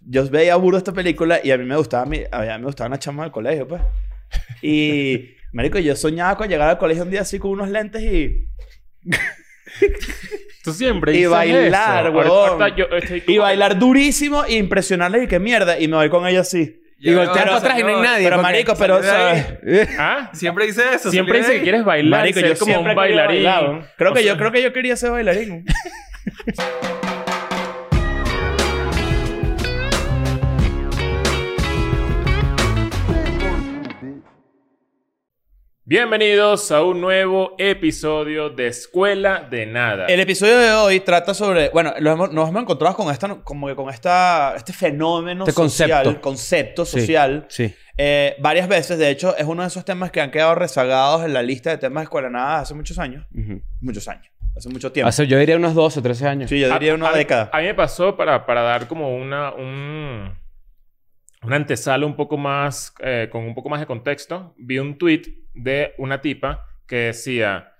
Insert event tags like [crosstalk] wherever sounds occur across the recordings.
yo veía burdo esta película y a mí me gustaba, mi- a mí me gustaban las chamas del colegio, pues. Y, [laughs] marico, yo soñaba con llegar al colegio un día así con unos lentes y, Tú siempre Y dices bailar, eso. huevón. Ahorita- ahorita yo estoy y como- bailar durísimo y impresionarles y qué mierda. Y me voy con ellos así. Y voltear para atrás y no hay nadie. Pero, porque marico, pero, salir de ahí- ¿sabes? [laughs] ¿Ah? Siempre dice eso. Siempre dice que quieres bailar, Marico, ser yo como siempre un he querido bailarín. bailar. Creo O que sea, yo creo que yo quería ser bailarín. Bienvenidos a un nuevo episodio de Escuela de Nada. El episodio de hoy trata sobre, bueno, los hemos- nos hemos encontrado con esta, como que con esta, este fenómeno Este social, concepto. concepto social, Sí. eh, varias veces. De hecho, es uno de esos temas que han quedado rezagados en la lista de temas de escuela nada hace muchos años, muchos años, hace mucho tiempo. Hace, yo diría unos 12 o 13 años. Sí, yo diría A- una Ah, a- década. A mí me pasó para, para dar como una un, una antesala un poco más eh, con un poco más de contexto. Vi un tweet de una tipa que decía,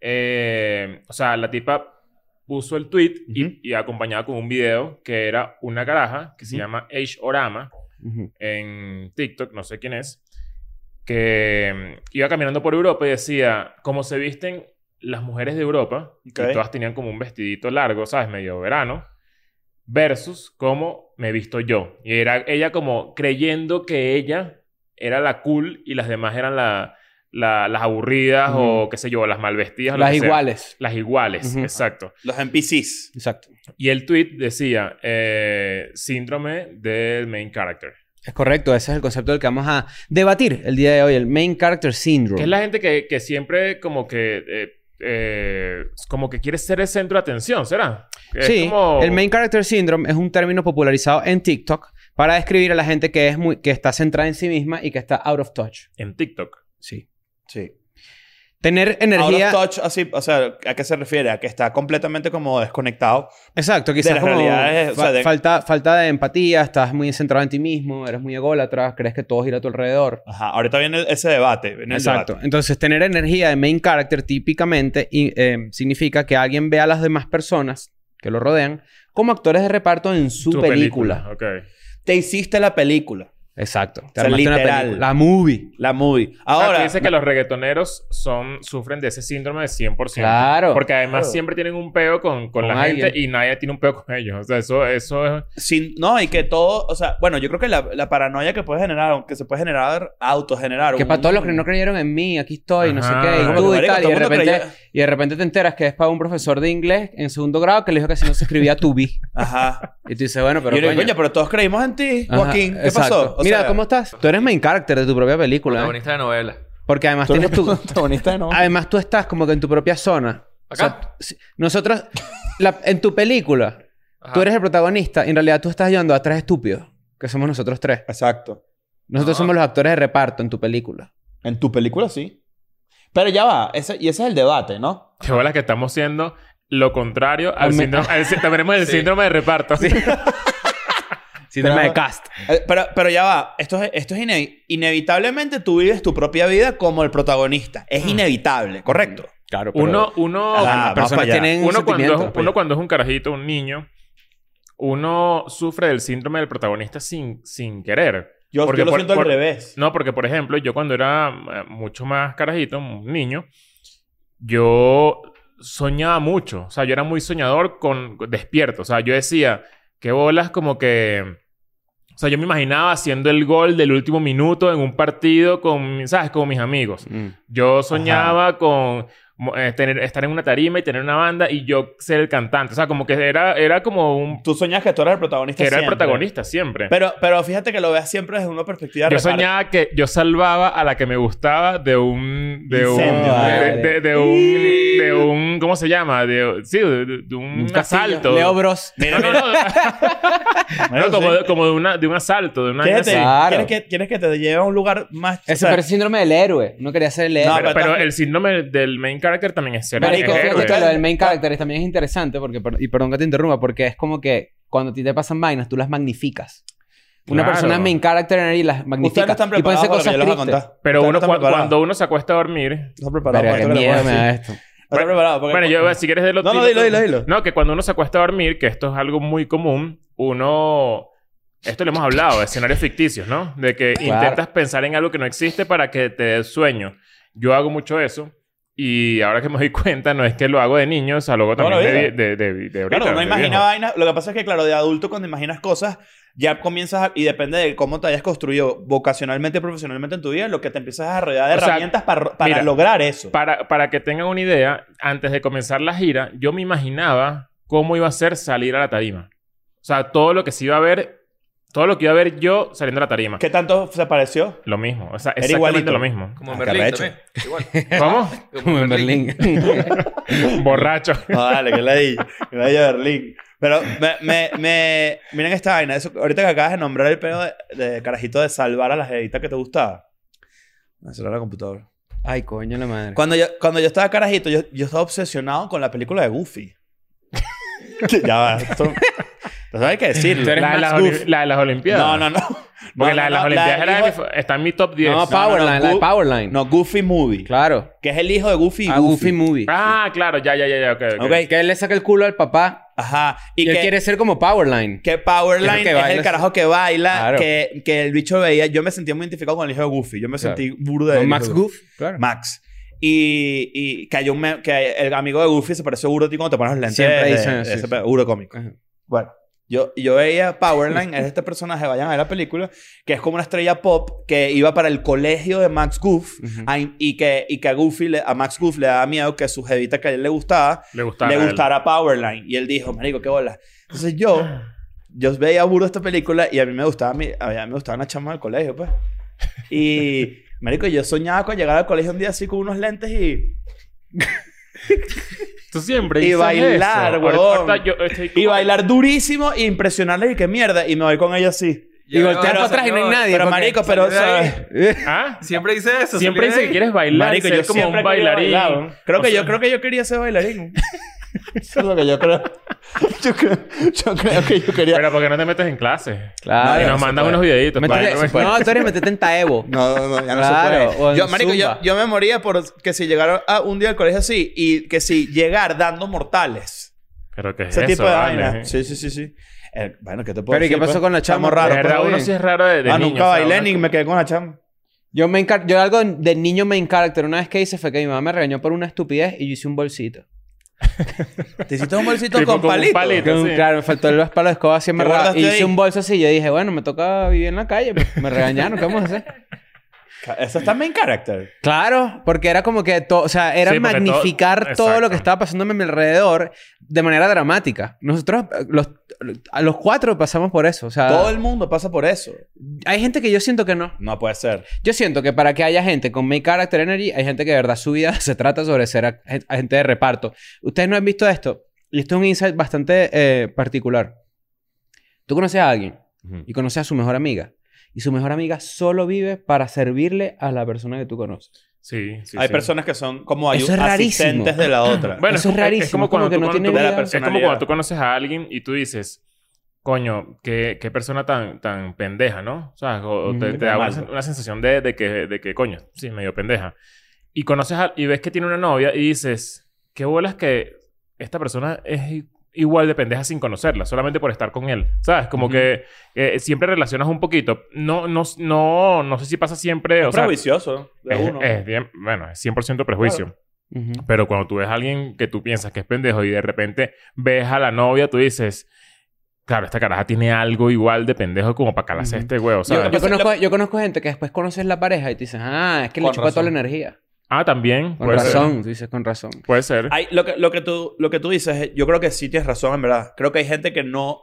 eh, o sea, la tipa puso el tweet Ujú. y, y acompañada con un video que era una caraja que se Ujú. llama H Orama Ujú. en TikTok, no sé quién es, que mm, iba caminando por Europa y decía cómo se visten las mujeres de Europa, Ok. que todas tenían como un vestidito largo, ¿sabes? Medio verano, versus cómo me he visto yo. Y era ella como creyendo que ella era la cool y las demás eran la- la- las aburridas o qué sé yo, las mal vestidas. o lo Las que sea. iguales. Las iguales, Ujú. exacto. Los NPCs. Exacto. Y el tweet decía, eh, síndrome del main character. Es correcto, ese es el concepto del que vamos a debatir el día de hoy, el Main Character Syndrome. Que es la gente que, que siempre como que... eh, eh, como que quiere ser el centro de atención, ¿será? Que es Sí, como- el Main Character Syndrome es un término popularizado en TikTok para describir a la gente que, es muy, que está centrada en sí misma y que está out of touch. En TikTok. Sí. Sí. Tener Out energía... of touch, así, o sea, ¿a qué se refiere? A que está completamente como desconectado. Exacto, quizás las como realidades, o fa- sea, de- falta, falta de empatía, estás muy centrado en ti mismo, eres muy ególatra, crees que todo gira a tu alrededor. Ajá. Ahorita viene el- ese debate. viene el Exacto. debate. Entonces, tener energía de main character típicamente y, eh, significa que alguien ve a las demás personas que lo rodean como actores de reparto en su, Tu película. Ok. Te hiciste la película, Exacto. Te sea, armaste una literal. película. La movie. la movie. Ahora... Ahora, dice que los reggaetoneros son, sufren de ese síndrome de 100%. Claro. Porque además Claro. siempre tienen un peo con, con Con la gente alguien. y nadie tiene un peo con ellos. O sea, eso, eso es... Sin- no, y que todo, o sea, bueno, yo creo que la, la paranoia que puede generar, aunque se puede generar, autogenerar. Que un- para todos los que no creyeron en mí, aquí estoy, no sé Ajá. qué, y Como que, tú y marico, tal. todo Y de, el mundo repente, creyó- y de repente te enteras que es para un profesor de inglés en segundo grado que le dijo que si no se escribía to be. Ajá. Y tú dices, bueno, [laughs] pero. y yo le digo, coño. coño, pero todos creímos en ti, Ajá, Joaquín. ¿Qué exacto. pasó? O Mira, sea, ¿cómo estás? Tú eres main character de tu propia película. ¿eh? Protagonista de novela. Porque [laughs] además tú eres tienes [laughs] tu, protagonista de no. Además, tú estás como que en tu propia zona. O sea, Acá. si- nosotros, la- en tu película, Ajá. tú eres el protagonista y en realidad tú estás ayudando a tres estúpidos, que somos nosotros tres. Exacto. Nosotros Ah. somos los actores de reparto en tu película. En tu película sí. Pero ya va, ese- y ese es el debate, ¿no? Qué bolas que estamos siendo lo contrario al Al me- síndrome... al sí- tenemos [laughs] el Sí. síndrome de reparto. Síndrome Pero- de cast. Eh, Pero, pero ya va, esto es, esto es ine- inevitablemente tú vives tu propia vida como el protagonista. Es inevitable, correcto. Mm. Claro, Uno, uno... Ajá. las Ah, vamos personas para allá. pues, tienen uno cuando, es, sentimientos. uno cuando es un carajito, un niño, uno sufre del síndrome del protagonista sin, sin querer. Yo, Porque yo lo por- siento por- al revés. No, porque por ejemplo, yo cuando era eh, mucho más carajito, un niño, yo soñaba mucho. O sea, yo era muy soñador con despierto. O sea, yo decía, qué bolas como que... O sea, yo me imaginaba haciendo el gol del último minuto en un partido con, mi- ¿sabes? Con mis amigos. Mm. Yo soñaba con mo- eh, tener, estar en una tarima y tener una banda y yo ser el cantante. O sea, como que era, era como un... Tú soñas que tú eras el protagonista Que era el siempre. protagonista siempre. Pero, pero fíjate que lo veas siempre desde una perspectiva Yo reparto. soñaba que yo salvaba a la que me gustaba de un... De Incendio, un... madre. De, de- de un... De un... ¿Cómo se llama? De, sí, de, de- de un, Un castillo. asalto. Leo Bros. No, no, no. [laughs] Bueno, No, como, sí. de, como de, una, de un asalto. De una... Fíjate, Claro. ¿quieres, que, quieres que te lleve a un lugar más... o Ese sea, parece síndrome del héroe. No quería ser el héroe. No, pero, pero- pero el síndrome del main character también es ser Marico, es fíjate héroe. que lo del main character también es interesante porque, per- y perdón que te interrumpa, porque es como que cuando a ti te pasan vainas, tú las magnificadas. Una Claro. persona es main character y las magnifica. Ustedes no están y pueden preparados ser para lo que yo cosas les voy a tristes. contar. Pero Ustedes uno, no están cua- preparados. cuando uno se acuesta a dormir... No están preparados Verga, para esto que qué les voy a miedo me decir. da esto. No están preparados porque- Bueno, yo, si quieres de lo No, no, típico- dilo, dilo, dilo. No, que cuando uno se acuesta a dormir, que esto es algo muy común, uno Esto lo hemos hablado, escenarios ficticios, ¿no? De que Claro. intentas pensar en algo que no existe para que te dé sueño. Yo hago mucho eso. Y ahora que me doy [laughs] cuenta, no es que lo hago de niño, o sea, lo hago Toda también la de, vida. de, de- de ahorita. Claro, no de viejo. imaginaba vainas. Lo que pasa es que, claro, de adulto, cuando imaginas cosas, ya comienzas a- y depende de cómo te hayas construido vocacionalmente, profesionalmente en tu vida, lo que te empiezas a rodear de O sea, herramientas para, para mira, lograr eso. Para, para que tengan una idea, antes de comenzar la gira, yo me imaginaba cómo iba a ser salir a la tarima. O sea, todo lo que se iba a ver, todo lo que iba a ver yo saliendo a la tarima. ¿Qué tanto se pareció? Lo mismo, o sea, Era exactamente igualito. lo mismo. Como en Ah, Berlín qué también. [laughs] Igual. ¿Cómo? Como en Berlín. [laughs] Borracho. No, dale, que la di. Que la di a Berlín. Pero me, me, me- miren esta vaina. Eso, ahorita que acabas de nombrar el pedo de, de carajito de salvar a las editas que te gustaba. Me cerró la computadora. [laughs] Ay, coño, la madre. Cuando yo, cuando yo estaba carajito, yo, yo estaba obsesionado con la película de Goofy. [laughs] Que ya va. Esto, entonces hay que decirlo. La de, Max las Goof. olim- la de las Olimpiadas. No, no, no. Porque No, la de no, las no, Olimpiadas del era de hijo- mi fa- está en mi top 10. No, Powerline, no, la de Gu- Powerline. No, Goofy Movie. Claro. Que es el hijo de Goofy y A Goofy Movie. Ah, claro, ya, ya, ya, ya. ok, ok. Ok. Que él le saca el culo al papá Ajá. y, Y que, él quiere ser como Powerline. que Powerline Creo que es baila- el carajo que baila. Claro. Que, que el bicho veía. Yo me sentía muy identificado con el hijo de Goofy. Yo me Claro. sentí burda ¿No? del Max hijo de Goof. Claro. Max. Y, y que, hay un me- que el amigo de Goofy se pareció a Uro a ti cuando te pones los lentes. Siempre de- dicen de eso, ese sí. pe- Uro cómico. Ajá. Bueno, yo, yo veía [laughs] Powerline, es este personaje, vayan a ver la película, que es como una estrella pop que iba para el colegio de Max Goof Ujú. a- y, que, y que a, Goofy le- a Max Goof le daba miedo que su jevita que a él le gustaba Le gustaba. le él. gustara Powerline. Y él dijo, marico, qué bola. Entonces [sighs] yo, yo veía burro esta película y a mí me gustaba, mi, a mí me gustaba una chama del colegio, pues. [laughs] Y, marico, yo soñaba con llegar al colegio un día así con unos lentes y... Tú siempre Y dices bailar, eso. huevón. Ahorita- ahorita yo estoy Y como- bailar durísimo y impresionarle y qué mierda. Y me voy con ella así. Y voltea para atrás y no hay nadie. Pero, porque- marico, pero, salió de ahí. ¿sabes? ¿Ah? Siempre dice eso. Siempre salió de dice que ahí. quieres bailar, Marico, ser yo como siempre un quería bailarín. bailar. Creo O que yo sea- creo que yo quería ser bailarín. [laughs] Eso es lo que yo creo. [laughs] Yo creo, yo creo que yo quería. Pero porque no te metes en clase. [laughs] Claro. y nos se mandas puede. unos videitos. Métete- para ver, no, tú eres metete en Taebo. No, no, no, ya no Claro, se o puede. en Yo, marico, yo, Zumba. yo me moría por que si llegara a un día al colegio así y que si llegar dando mortales. [laughs] Pero qué es Ese eso, tipo de vale, vaina. ¿eh? Sí, sí, sí, sí. Eh, bueno, ¿qué te puedo Pero, ¿y decir? qué pasó pues? con la chama? Estamos raros, De Pero verdad, pues. uno bien. sí es raro de, de ah, niño, nunca o sea, bailé uno- ni me quedé con la chama. Yo, me encar- yo algo de niño me encaracter. Una vez que hice fue que mi mamá me regañó por una estupidez y yo hice un bolsito. Te hiciste un bolsito Tipo con con un palito. palito. [laughs] Que un- sí. Claro, me faltó el palo de escoba así ¿Qué amarrado. Y guardaste hice ahí? un bolso así. Y yo dije, bueno, me toca vivir en la calle. pues, Me regañaron, ¿qué vamos [laughs] a hacer? Eso está en main character. Claro, porque era como que todo, o sea, era Sí, porque todo- magnificar todo, lo Exacto. que estaba pasando a mi alrededor de manera dramática. Nosotros, eh, los, a los cuatro pasamos por eso. O Ah. sea, Todo el mundo pasa por eso. hay gente que yo siento que no. No puede ser. Yo siento que para que haya gente con Make Character Energy, hay gente que de verdad su vida [laughs] se trata sobre ser a- agente de reparto. Ustedes no han visto esto. Y esto es un insight bastante eh, particular. Tú conoces a alguien y conoces a su mejor amiga. Y su mejor amiga solo vive para servirle a la persona que tú conoces. Sí, sí, Hay sí. personas que son como ayu- Eso es rarísimo. asistentes de la otra. Bueno, Eso es rarísimo, como como cuando que tú no cono- tiene tú- vida. es como personalidad. cuando tú conoces a alguien y tú dices, coño, qué, qué persona tan, tan pendeja, ¿no? O sea, o- o te, Ujú. te da una, Normal. una sensación de, de que, de que, coño, sí, medio pendeja. Y conoces a- y ves que tiene una novia y dices, qué bolas que esta persona es i- igual de pendeja sin conocerla, solamente por estar con él. ¿Sabes? Como Ujú. que eh, siempre relacionas un poquito. No, no, no, no sé si pasa siempre. o es sea, prejuicioso de es- uno. es bien- bueno, es 100% prejuicio. Ujú. Pero cuando tú ves a alguien que tú piensas que es pendejo y de repente ves a la novia, tú dices, claro, esta caraja tiene algo igual de pendejo como para calarse Ujú. este huevo, ¿sabes? Yo, yo conozco, yo conozco gente que después conoces la pareja y te dices, ah, es que le Con chupa toda la razón. energía. Ah, también. Con puede razón, tú dices, con razón. Ser. Puede ser. Hay- lo, que, lo, que tú, lo que tú dices, eh, yo creo que sí tienes razón, en verdad. Creo que hay gente que no,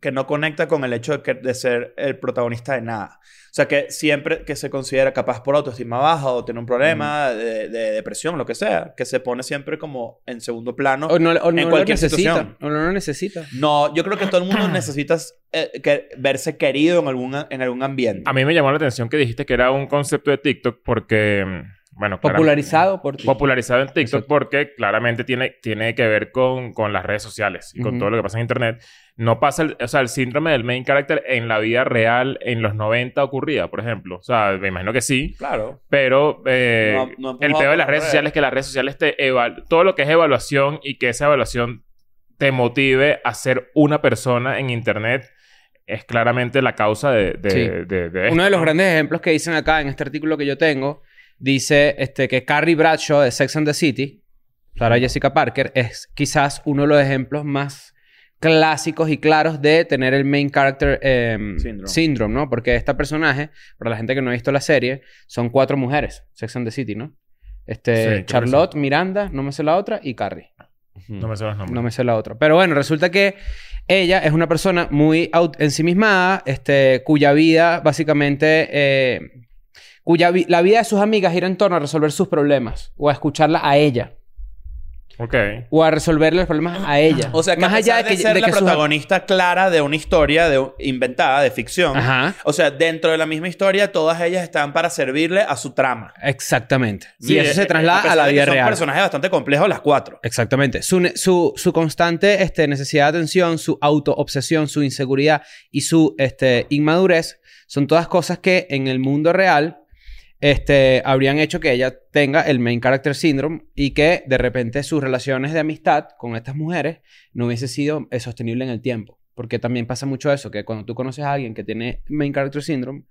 que no conecta con el hecho de, que- de ser el protagonista de nada. O sea, que siempre que se considera capaz por autoestima baja o tiene un problema de, de depresión, lo que sea, que se pone siempre como en segundo plano. O no, o no lo cualquier necesita. situación. O no lo necesita. No, yo creo que todo el Ah. mundo necesita eh, que- verse querido en algún, en algún ambiente. A mí me llamó la atención que dijiste que era un concepto de TikTok porque, mm, bueno, claramente- Popularizado por ti. popularizado en TikTok Exacto. porque claramente tiene, tiene que ver con, con las redes sociales y con Ujú. todo lo que pasa en Internet. No pasa, el, o sea, el síndrome del main character en la vida real en los 90 ocurría, por ejemplo. O sea, me imagino que sí, Claro. Pero eh, No, no han el probado peor de las con redes redes. sociales es que las redes sociales te eval todo lo que es evaluación y que esa evaluación te motive a ser una persona en internet es claramente la causa de, de, Sí. de- de esto, Uno de los ¿no? grandes ejemplos que dicen acá en este artículo que yo tengo, dice este, que Carrie Bradshaw de Sex and the City, Sarah Jessica Parker, es quizás uno de los ejemplos más clásicos y claros de tener el main character em, Syndrome. syndrome, ¿no? Porque esta personaje, para la gente que no ha visto la serie, son cuatro mujeres, Sex and the City, ¿no? Sí, Este, creo que Charlotte, Miranda, no me sé la otra, y Carrie. No me sé los nombres. No me sé la otra. Pero bueno, resulta que ella es una persona muy aut- ensimismada, este, cuya vida básicamente... eh, cuya vi- la vida de sus amigas gira en torno a resolver sus problemas o a escucharla a ella Ok. o a resolverle los problemas a ella. O sea, que más a allá pesar de que, ser de la que sus- protagonista clara de una historia de- inventada, de ficción. Ajá, O sea, dentro de la misma historia, todas ellas están para servirle a su trama. exactamente. Sí, y eso eh, se eh, traslada a, pesar la de que vida son real. personajes bastante complejos las cuatro. Exactamente. Su, ne- su, su constante este, necesidad de atención, su autoobsesión, su inseguridad y su este, inmadurez son todas cosas que en el mundo real este, habrían hecho que ella tenga el main character syndrome y que de repente sus relaciones de amistad con estas mujeres no hubiese sido eh, sostenible en el tiempo. Porque también pasa mucho eso, que cuando tú conoces a alguien que tiene main character syndrome,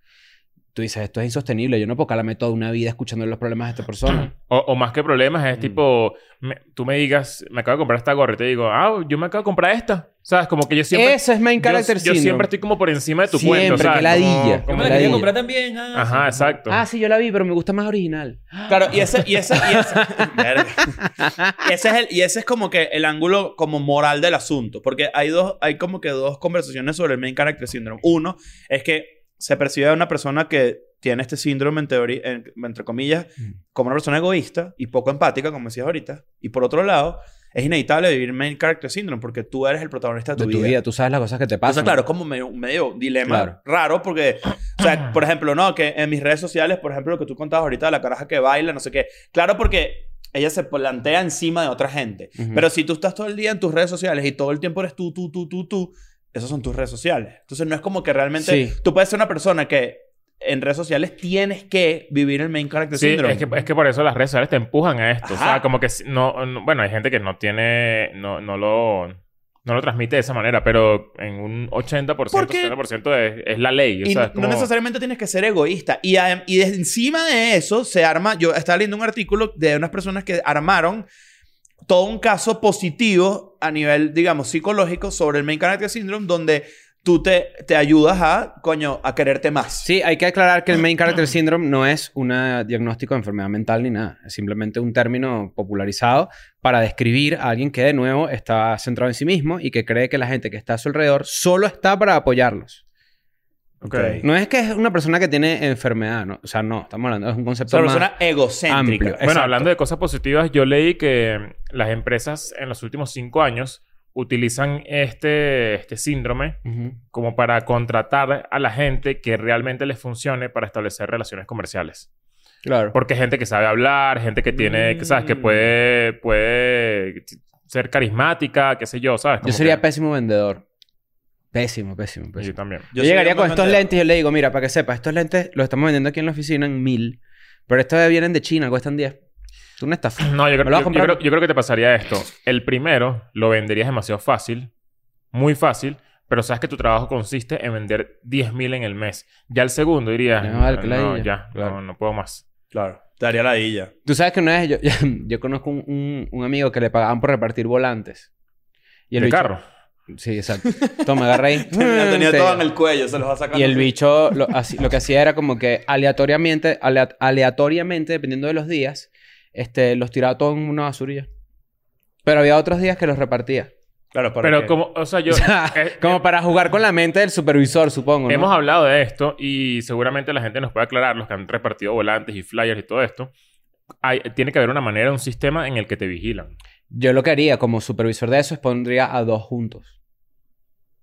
tú dices, esto es insostenible, yo no puedo calarme toda una vida escuchando los problemas de esta persona. O, o más que problemas, es Mm. tipo, me- tú me digas, me acabo de comprar esta gorra y te digo, ah, yo me acabo de comprar esta. ¿Sabes? Como que yo siempre. Ese es main yo, character yo syndrome. siempre estoy como por encima de tu Siempre, cuento. ¿sabes? qué ladilla. Yo Como- como- me la Como quería ladilla. comprar también. ah, Ajá, sí. exacto. Ah, sí, yo la vi, pero me gusta más original. Claro, y ese, y ese, y ese, [laughs] Verga. Y ese es el, y ese es como que el ángulo como moral del asunto, porque hay dos, hay como que dos conversaciones sobre el main character syndrome. Uno es que se percibe a una persona que tiene este síndrome en teoría, en- entre comillas, Mm. como una persona egoísta y poco empática, como decías ahorita. Y por otro lado, es inevitable vivir main character syndrome porque tú eres el protagonista de tu, De tu vida. vida, tú sabes las cosas que te pasan. Entonces, claro, es como medio, un medio dilema Claro. raro porque, o sea, por ejemplo, no, que en mis redes sociales, por ejemplo, lo que tú contabas ahorita de la caraja que baila, no sé qué. Claro, porque ella se plantea encima de otra gente. Ujú. Pero si tú estás todo el día en tus redes sociales y todo el tiempo eres tú, tú, tú, tú, tú, esas son tus redes sociales. Entonces, no es como que realmente Sí. tú puedes ser una persona que en redes sociales tienes que vivir el main character Sí, syndrome. es que, es que por eso las redes sociales te empujan a esto. O sea, Ajá. como que si- no, no- Bueno, hay gente que no tiene... No, no lo... No lo transmite de esa manera, pero en un 80%, Porque- 70% es, es la ley. O Y sea, es no- como- no necesariamente tienes que ser egoísta. Y, adem- y de encima de eso se arma, yo estaba leyendo un artículo de unas personas que armaron todo un caso positivo a nivel, digamos, psicológico sobre el main character syndrome, donde tú te, te ayudas a, coño, a quererte más. Sí, hay que aclarar que el main [clears throat] character syndrome no es un diagnóstico de enfermedad mental ni nada. Es simplemente un término popularizado para describir a alguien que de nuevo está centrado en sí mismo y que cree que la gente que está a su alrededor solo está para apoyarlos. Ok. Ok. No es que es una persona que tiene enfermedad, ¿no? o sea, no, estamos hablando, es un Es concepto una más persona egocéntrica. amplio. Bueno, Exacto. hablando de cosas positivas, yo leí que las empresas en los últimos cinco años utilizan este, este síndrome Ujú. como para contratar a la gente que realmente les funcione para establecer relaciones comerciales. Claro. Porque gente que sabe hablar, gente que tiene, que sabes, que puede, Mm. puede ser carismática, qué sé yo, ¿sabes? Yo Como sería pues. que- pésimo vendedor. Pésimo, pésimo, Yo pésimo. también. Yo, llegaría soy con más estos vendedor. lentes y yo le digo, mira, para que sepas, estos lentes los estamos vendiendo aquí en la oficina en mil, pero estos vienen de China, cuestan 10. Es una estafa. No, yo ¿Me lo vas creo, a yo, comprar? creo, yo creo que te pasaría esto. El primero lo venderías demasiado fácil, muy fácil, pero sabes que tu trabajo consiste en vender 10.000 en el mes. Ya el segundo dirías, Ya, vale, que la no, idea". ya, Claro. no, no puedo más. Claro, [laughs] te haría la villa. Tú sabes que una vez yo, [laughs] yo conozco un, un- un amigo que le pagaban por repartir volantes. Y ¿Y el bicho- carro? Sí, exacto. Toma, agarra ahí. [laughs] Tenía, tenía Te- todo en el cuello, se los va a sacar. Mm, Y el bicho lo, así- lo que hacía era como que aleatoriamente, alea- aleatoriamente, dependiendo de los días, este, los tiraba todos en una basurilla. Pero había otros días que los repartía. Claro, ¿para Pero qué? como, o sea, yo... [laughs] O sea, eh, como para jugar con la mente del supervisor, supongo. ¿no? Hemos hablado de esto y seguramente la gente nos puede aclarar, los que han repartido volantes y flyers y todo esto. Hay- tiene que haber una manera, un sistema en el que te vigilan. Yo lo que haría como supervisor de eso es pondría a dos juntos.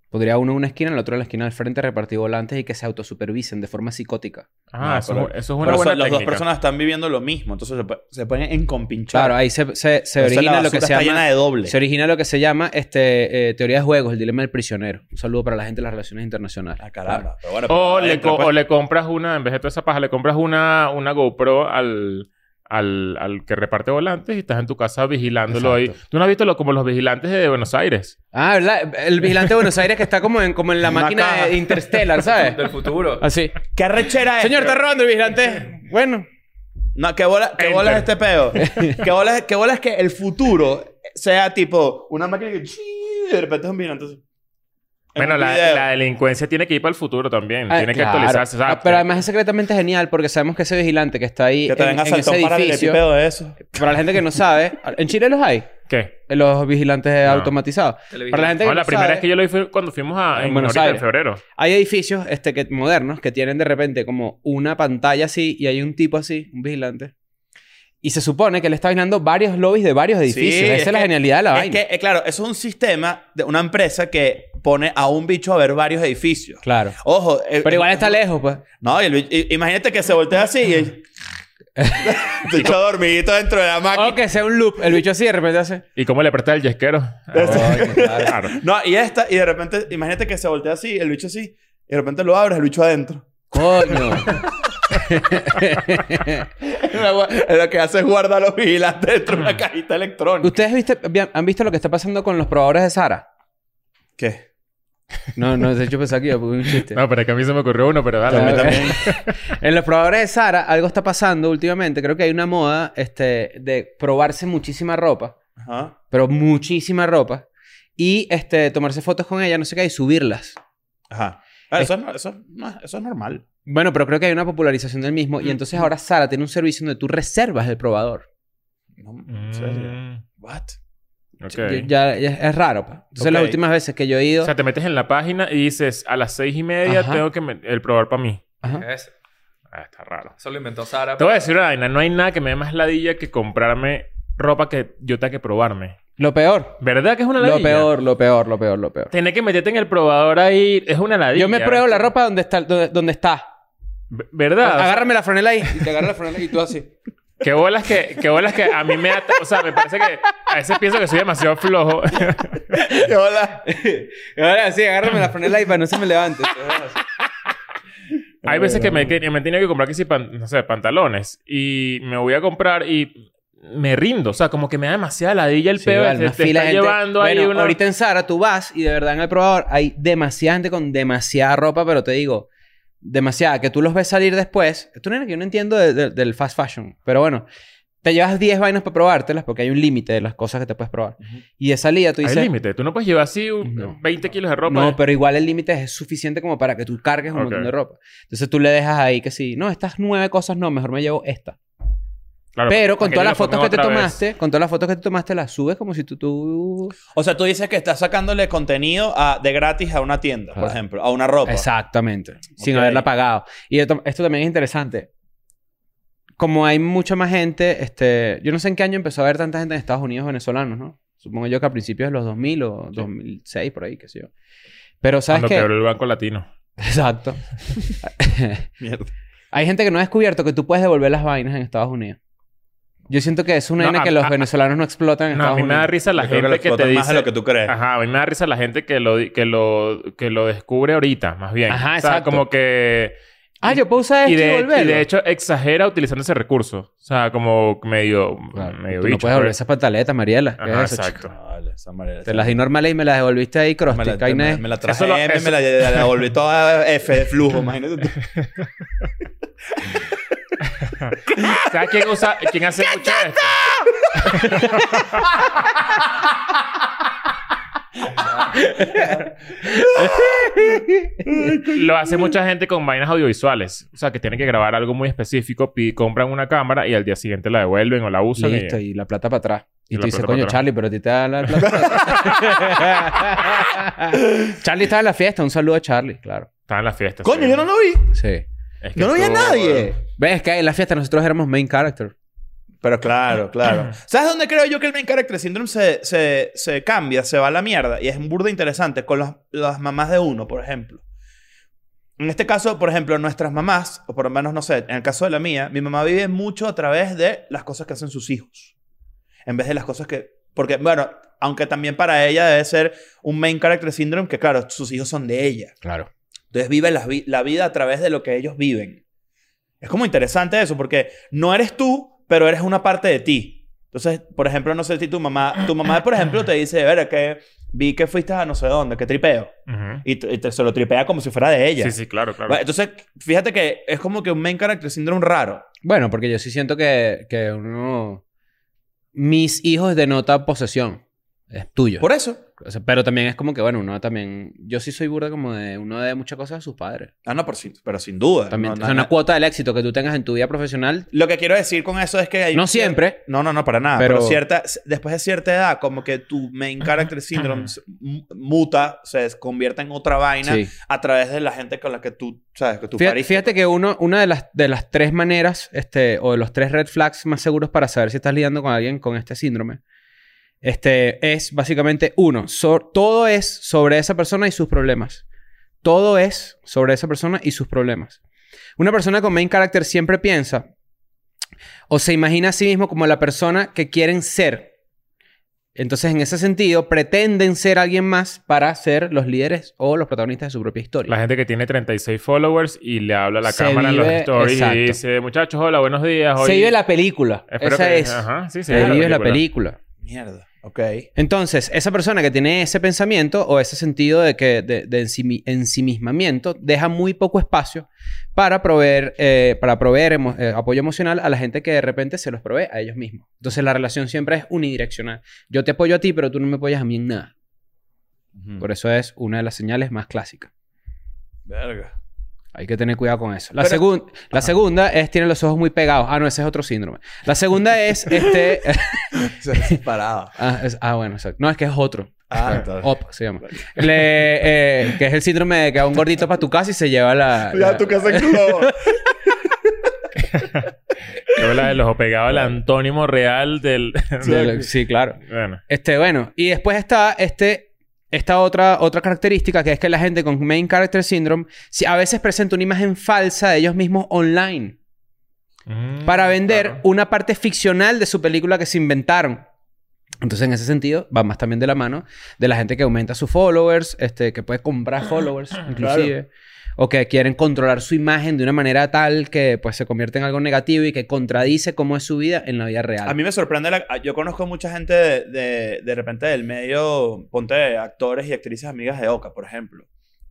Podría uno en una esquina, el otro en la esquina del frente, repartir volantes y que se autosupervisen de forma psicótica. Ah, No, eso, pero- eso es una Pero buena son- las dos técnica. personas están viviendo lo mismo, entonces se, po- se ponen en compinchar. Claro, ahí se, se, se Entonces la origina lo que basura se está llama... llena de doble. Se origina lo que se llama este, eh, teoría de juegos, el dilema del prisionero. Un saludo para la gente de las relaciones internacionales. Ah, caramba. Pero bueno, O pero le, adentro, co- pues. o le compras una, en vez de toda esa paja, le compras una, una GoPro al, al, al que reparte volantes y estás en tu casa vigilándolo Exacto. ahí. ¿Tú no has visto lo- como los vigilantes de Buenos Aires? Ah, ¿verdad? El vigilante de Buenos Aires que está como en, como en la Una máquina caja. de [laughs] Interstellar, ¿sabes? Del [laughs] futuro. Así. ¿Qué arrechera es? Señor, está robando el vigilante. Bueno. No, ¿qué bola, qué bola es este pedo? [laughs] ¿Qué bola, es- qué bola es que el futuro sea tipo una máquina que... ¡Chi! De repente es un vino, entonces... en Bueno, un la, video. la delincuencia tiene que ir para el futuro también. Ah, tiene que claro. actualizarse. ¿sabes? Ah, pero además es secretamente genial porque sabemos que ese vigilante que está ahí Que te en, den en ese asaltón para el edificio... epipeo de eso. Para la gente que no sabe, en Chile los hay, ¿Qué? los vigilantes No. automatizados. Televigilante. Para la gente que No, la no primera sabe, vez que yo lo vi fue cuando fuimos a En en Buenos ahorita, en Aires. febrero. hay edificios este, que, modernos que tienen de repente como una pantalla así y hay un tipo así, un vigilante. Y se supone que le está vigilando varios lobbies de varios edificios. Esa es es, la que- genialidad de la Es vaina. que, eh, claro, eso es un sistema de una empresa que pone a un bicho a ver varios edificios. Claro. Ojo. eh, Pero igual está lejos, pues. No, y el bicho- i- imagínate que se voltea así [laughs] [laughs] y... Te echa dormidito dentro de la máquina. O que sea un loop. El bicho así de repente hace... ¿Y cómo le prestas el yesquero? [laughs] Ay, Ah, claro. Claro. No, y esta, y de repente, imagínate que se voltea así, el bicho así, y de repente lo abres, el bicho adentro. Coño. lo que hace es guardar a los vigilantes dentro de una cajita electrónica. [laughs] ¿Ustedes viste- han visto lo que está pasando con los probadores de Sara? ¿Qué? No, no. De hecho pensaba que iba a poner un [laughs] chiste. No, pero es que a mí se me ocurrió uno, pero dale. A mí Claro. también. [laughs] En los probadores de Sara, algo está pasando últimamente. Creo que hay una moda este, de probarse muchísima ropa, Ajá. pero muchísima ropa, y este, tomarse fotos con ella, no sé qué, y subirlas. Ajá. Ah, eso, es, no- eso, es- no- eso es normal. Bueno, pero creo que hay una popularización del mismo, y entonces ahora Sara tiene un servicio donde tú reservas el probador. No, Mm, en serio. What? ok. Yo- Ya, ya- es raro. pa. Entonces, las Ok. últimas veces que yo he ido. O sea, te metes en la página y dices, a las seis y media Ajá. tengo que me- el probar para mí. Ajá. Es- Ah, está raro. Eso lo inventó Sara. Te voy a decir una vaina. No hay nada que me dé más ladilla que comprarme ropa que yo tenga que probarme. Lo peor. ¿Verdad que es una ladilla? Lo peor, lo peor, lo peor, lo peor. Tener que meterte en el probador ahí es una ladilla. Yo me pruebo la ropa donde está. Donde, donde está. V- ¿Verdad? O sea, Agárrame la franela ahí. Y te agarra la franela y tú así. Qué bolas que, qué bolas que a mí me... ata- O sea, me parece que a veces pienso que soy demasiado flojo. [laughs] Hola. Ahora sí, agárrame la franela y para no se [laughs] me levante. Hay veces que Eh. me, que me he tenido que comprar que sí, pan- no sé, pantalones. Y me voy a comprar y me rindo. O sea, como que me da demasiada ladilla el Sí, peo. vale, te una te está fila de gente. llevando ahí Bueno, una... Ahorita en Zara tú vas y de verdad en el probador hay demasiada gente con demasiada ropa, pero te digo, demasiada, que tú los ves salir después. Esto no es lo que yo no entiendo de- de- del fast fashion, pero bueno. Te llevas 10 vainas para probártelas porque hay un límite de las cosas que te puedes probar. Y de salida tú Hay dices... límite. Tú no puedes llevar así un- No. 20 kilos de ropa. eh. No, pero igual el límite es suficiente como para que tú cargues un Ok. montón de ropa. Entonces tú le dejas ahí que sí, no, estas nueve cosas no, mejor me llevo esta. Claro, Pero con porque todas yo las lo fotos que pongo te otra vez. tomaste, con todas las fotos que te tomaste las subes como si tú... tú... O sea, tú dices que estás sacándole contenido a- de gratis a una tienda, por Claro. ejemplo, a una ropa. Exactamente. Sin Ok. haberla pagado. Y esto, esto también es interesante. Como hay mucha más gente, este, yo no sé en qué año empezó a haber tanta gente en Estados Unidos venezolanos, ¿no? Supongo yo que a principios de los 2000 o 2006, por ahí, qué sé yo. Pero ¿sabes Cuando qué? quebró el banco latino. [laughs] Exacto. Mierda. hay gente que no ha descubierto que tú puedes devolver las vainas en Estados Unidos. Yo siento que es una No, vaina a- que los a- venezolanos no explotan en No, a Estados mí me da Unidos. risa la Yo creo que lo gente que, te explotan dice... más de lo que tú crees. Ajá, a mí me da risa la gente que lo, di- que lo, que lo descubre ahorita, más bien. Ajá, O sea, exacto. como que... Ah, yo puedo usar Y esto y, de, devolverlo. y de hecho exagera utilizando ese recurso. O sea, como medio, Claro. medio Tú bicho. no puedes devolver pues. esas pantaletas, Mariela. ¿Qué Ajá, es eso, chico? exacto. No, Ah, vale, esa manera. Te las di normales y me las devolviste ahí, cross me la, Ahí me, nadie- me la traje Eso lo- M, eso- me la, la- la volví toda F de flujo, imagínate. [laughs] tú. ¿Sabes quién usa, quién hace mucho esto? Lo hace mucha gente con vainas audiovisuales. O sea, que tienen que grabar algo muy específico, pi- compran una cámara y al día siguiente la devuelven o la usan. y- Listo, y la plata para atrás. Y, Y tú la dices, plata para coño, atrás. Charlie, pero a ti te da la plata. para atrás". Charlie estaba en la fiesta. Un saludo a Charlie, claro. Estaba en las fiestas. Coño, sí. yo no lo vi. Sí. Es que Yo no vi a estuvo- nadie. ¿Ves que en la fiesta nosotros éramos main character? Pero claro, claro. ¿Sabes dónde creo yo que el main character syndrome se, se, se cambia, se va a la mierda? Y es un burda interesante con las, las mamás de uno, por ejemplo. En este caso, por ejemplo, nuestras mamás, o por lo menos no sé, en el caso de la mía, mi mamá vive mucho a través de las cosas que hacen sus hijos. En vez de las cosas que. Porque, bueno, aunque también para ella debe ser un main character syndrome, que claro, sus hijos son de ella. Claro. Entonces vive la, vi- la vida a través de lo que ellos viven. Es como interesante eso, porque no eres tú, pero eres una parte de ti. Entonces, por ejemplo, no sé si tu mamá, tu mamá, por ejemplo, te dice, ver, que vi que fuiste a no sé dónde, que tripeo. Ujú. Y, t- y te- se lo tripea como si fuera de ella. Sí, sí, claro, claro. Va, Entonces, fíjate que es como que un main character syndrome raro. Bueno, porque yo sí siento que, que uno... Mis hijos denotan posesión. Es tuyo. Por eso. O sea, pero también es como que, bueno, uno también... Yo sí soy burda como de... Uno de muchas cosas a sus padres. Ah, no, por sin- pero sin duda. También. No, o sea, no, una cuota del éxito que tú tengas en tu vida profesional. Lo que quiero decir con eso es que... hay- No siempre. No, no, no, para nada. Pero- Pero, cierta, después de cierta edad, como que tu main [clears throat] character syndrome se mu- muta, se convierte en otra vaina Sí. a través de la gente con la que tú, sabes, que tú Fíjate, pariste. fíjate que uno, una de las, de las tres maneras, este, o de los tres red flags más seguros para saber si estás lidiando con alguien con este síndrome, este, es básicamente uno, so- todo es sobre esa persona y sus problemas. Todo es sobre esa persona y sus problemas. Una persona con main character siempre piensa o se imagina a sí mismo como la persona que quieren ser. Entonces, en ese sentido, pretenden ser alguien más para ser los líderes o los protagonistas de su propia historia. La gente que tiene 36 followers y le habla a la Se cámara en vive- los stories exacto. y dice, muchachos, hola, buenos días. Hoy... Se vive la película. Espero esa que- es. Ajá, sí, se, se vive la película. Mierda. Ok. Entonces, esa persona que tiene ese pensamiento o ese sentido de, que, de, de ensimi- ensimismamiento deja muy poco espacio para proveer, eh, para proveer emo- eh, apoyo emocional a la gente que de repente se los provee a ellos mismos. Entonces, la relación siempre es unidireccional. Yo te apoyo a ti, pero tú no me apoyas a mí en nada. Por eso es una de las señales más clásicas. Verga. Hay que tener cuidado con eso. La, Pero- segun- la segunda es tiene los ojos muy pegados. Ah, no, ese es otro síndrome. La segunda [laughs] es este... [laughs] Se [laughs] separaba. Ah, es- ah, bueno, exacto. No, es que es otro. Ah, [laughs] Op se llama. Le- eh, que es el síndrome de que va un gordito para tu casa y se lleva la. la- casa [laughs] en globo. Yo la de los pegados al antónimo real del... de la- sí, claro. bueno. Este, bueno. Y después está este. Esta otra, otra característica que es que la gente con Main Character Syndrome si- a veces presenta una imagen falsa de ellos mismos online Mm, para vender claro. una parte ficcional de su película que se inventaron. Entonces, en ese sentido, va más también de la mano de la gente que aumenta sus followers, este, que puede [clears throat] comprar followers, inclusive. O que quieren controlar su imagen de una manera tal que pues, se convierte en algo negativo y que contradice cómo es su vida en la vida real. A mí me sorprende. la- yo conozco mucha gente de, de, de repente del medio, ponte actores y actrices amigas de Oca, por ejemplo,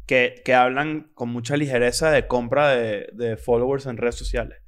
que, que hablan con mucha ligereza de compra de, de followers en redes sociales.